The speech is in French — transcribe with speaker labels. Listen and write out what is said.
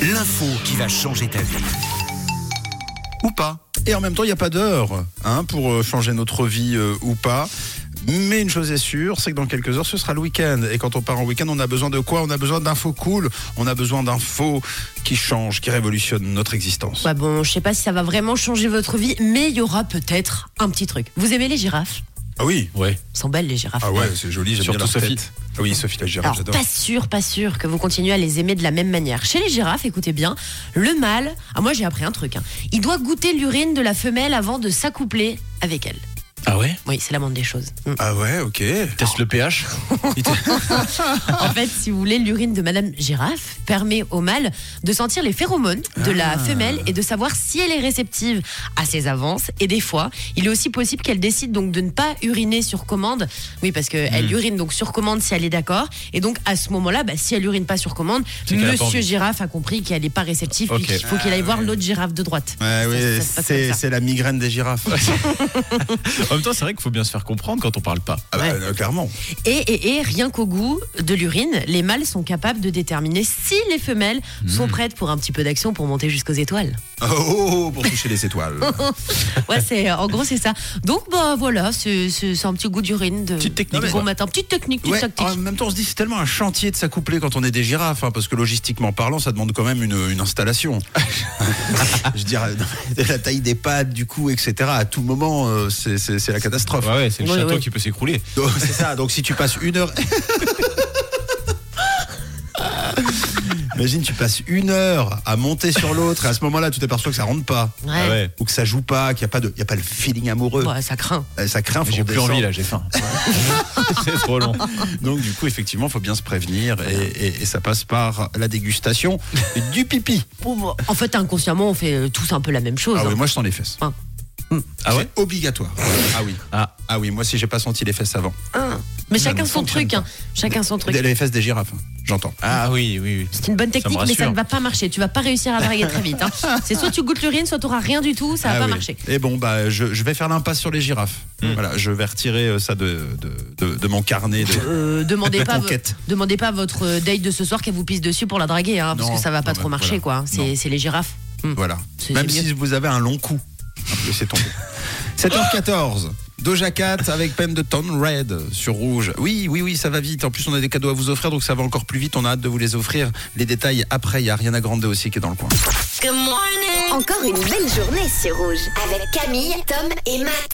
Speaker 1: l'info qui va changer ta vie. Ou pas.
Speaker 2: Et en même temps, il n'y a pas d'heure hein, pour euh, changer notre vie euh, ou pas. Mais une chose est sûre, c'est que dans quelques heures, ce sera le week-end. Et quand on part en week-end, on a besoin de quoi On a besoin d'infos cool. On a besoin d'infos qui changent, qui révolutionnent notre existence.
Speaker 3: Ouais, Bah bon, je sais pas si ça va vraiment changer votre vie, mais il y aura peut-être un petit truc. Vous aimez les girafes
Speaker 2: Ah oui
Speaker 4: Ouais.
Speaker 3: Elles sont belles les girafes.
Speaker 2: Ah ouais, c'est joli, j'aime bien
Speaker 4: Surtout
Speaker 2: leur
Speaker 4: Sophie.
Speaker 2: tête. Ah oui, Sophie la girafe,
Speaker 3: Alors,
Speaker 2: j'adore.
Speaker 3: pas sûr, pas sûr que vous continuez à les aimer de la même manière. Chez les girafes, écoutez bien, le mâle, ah, moi j'ai appris un truc, hein. il doit goûter l'urine de la femelle avant de s'accoupler avec elle.
Speaker 4: Ah ouais
Speaker 3: Oui, c'est la moindre des choses. Mm.
Speaker 2: Ah ouais, ok.
Speaker 4: Teste le pH.
Speaker 3: En fait, si vous voulez, l'urine de Madame Girafe permet au mâle de sentir les phéromones de
Speaker 4: Ah.
Speaker 3: la femelle et de savoir si elle est réceptive à ses avances. Et des fois, il est aussi possible qu'elle décide donc de ne pas uriner sur commande. Oui, parce qu'elle
Speaker 4: Hmm.
Speaker 3: urine donc sur commande si elle est d'accord. Et donc à ce moment-là, bah, si elle urine pas sur commande,
Speaker 4: C'est qu'elle a pas
Speaker 3: Monsieur
Speaker 4: envie.
Speaker 3: Girafe a compris qu'elle n'est pas réceptive
Speaker 4: Ok.
Speaker 3: puis qu'il faut qu'il aille voir l'autre girafe de droite.
Speaker 2: Ouais,
Speaker 3: Ça,
Speaker 2: oui,
Speaker 3: ça se passe
Speaker 2: c'est
Speaker 3: comme ça.
Speaker 2: c'est la migraine des girafes.
Speaker 4: En même temps, c'est vrai qu'il faut bien se faire comprendre quand on parle pas.
Speaker 2: Ah bah,
Speaker 3: Ouais.
Speaker 2: euh, clairement.
Speaker 3: Et, et, et rien qu'au goût de l'urine, les mâles sont capables de déterminer si les femelles
Speaker 4: Hmm.
Speaker 3: sont prêtes pour un petit peu d'action pour monter jusqu'aux étoiles.
Speaker 2: Oh, oh, oh, pour toucher les étoiles.
Speaker 3: Ouais, c'est en gros c'est ça. Donc bah voilà, c'est c'est- c'est un petit goût d'urine de
Speaker 4: Petite technique,
Speaker 3: de bon
Speaker 4: quoi.
Speaker 3: matin, petite technique, petite
Speaker 2: Ouais,
Speaker 3: tactique.
Speaker 2: en même temps, on se dit c'est tellement un chantier de s'accoupler quand on est des girafes, hein, parce que logistiquement parlant, ça demande quand même une, une installation. Je dirais de la taille des pattes, du coup, etc. À tout moment, euh, c'est- c'est c'est la catastrophe.
Speaker 4: Ouais, ouais, c'est le
Speaker 3: Ouais,
Speaker 4: château
Speaker 3: ouais.
Speaker 4: qui peut s'écrouler.
Speaker 2: Donc, C'est ça. Donc si tu passes une heure, imagine tu passes une heure à monter sur l'autre, et à ce moment-là, tu t'aperçois que ça rentre pas,
Speaker 3: Ouais.
Speaker 4: Ah ouais.
Speaker 2: ou que ça joue pas, qu'il n'y a pas de, il y a pas le feeling amoureux.
Speaker 3: Ouais, ça craint.
Speaker 2: Euh, Ça craint. faut
Speaker 4: J'ai plus
Speaker 2: redescendre.
Speaker 4: envie là, j'ai faim. c'est trop long.
Speaker 2: Donc du coup, effectivement, faut bien se prévenir et, et- et ça passe par la dégustation du pipi.
Speaker 3: En fait, inconsciemment, on fait euh, tous un peu la même chose.
Speaker 2: Ah
Speaker 3: hein.
Speaker 2: oui, moi je sens les fesses. Mm.
Speaker 3: Ah.
Speaker 4: Ah ouais
Speaker 2: C'est obligatoire. Ah oui.
Speaker 4: Ah.
Speaker 2: Ah oui, moi si j'ai pas senti les fesses avant.
Speaker 3: Mais
Speaker 2: Non,
Speaker 3: chacun
Speaker 2: mais
Speaker 3: son
Speaker 2: ça
Speaker 3: truc, hein. chacun son truc.
Speaker 2: Les fesses des girafes, hein. j'entends.
Speaker 4: Ah oui, oui, oui.
Speaker 3: C'est une bonne
Speaker 4: Ça me
Speaker 3: technique, mais ça
Speaker 4: rassure.
Speaker 3: ne va pas marcher. Tu vas pas réussir à draguer très vite. hein. C'est soit tu goûtes l'urine, soit tu auras rien du tout, ça va
Speaker 2: Ah
Speaker 3: pas
Speaker 2: oui.
Speaker 3: marcher. Mm.
Speaker 2: Et bon, bah, je, je vais faire l'impasse sur les girafes. Voilà, je vais retirer euh, ça de, de, de- de mon carnet. de-
Speaker 3: Euh, demandez, pas vo-
Speaker 2: Conquête.
Speaker 3: demandez pas votre euh, date de ce soir qu'elle vous pisse dessus pour la draguer, hein, parce
Speaker 2: Non,
Speaker 3: que ça va pas
Speaker 2: non,
Speaker 3: trop
Speaker 2: mais
Speaker 3: marcher,
Speaker 2: voilà.
Speaker 3: quoi. hein.
Speaker 2: Non.
Speaker 3: C'est c'est les girafes. Mm.
Speaker 2: Voilà.
Speaker 3: C'est-
Speaker 2: Même
Speaker 3: c'est
Speaker 2: si vous avez un long cou. Laissez tomber. 7h14. Doja Cat avec peine de Tone Red sur rouge. Oui, oui, oui, ça va vite. En plus, on a des cadeaux à vous offrir, donc ça va encore plus vite. On a hâte de vous les offrir. Les détails après. Il y a Ariana Grande aussi qui est dans le coin.
Speaker 5: Encore une belle journée sur Rouge avec Camille, Tom et Matt.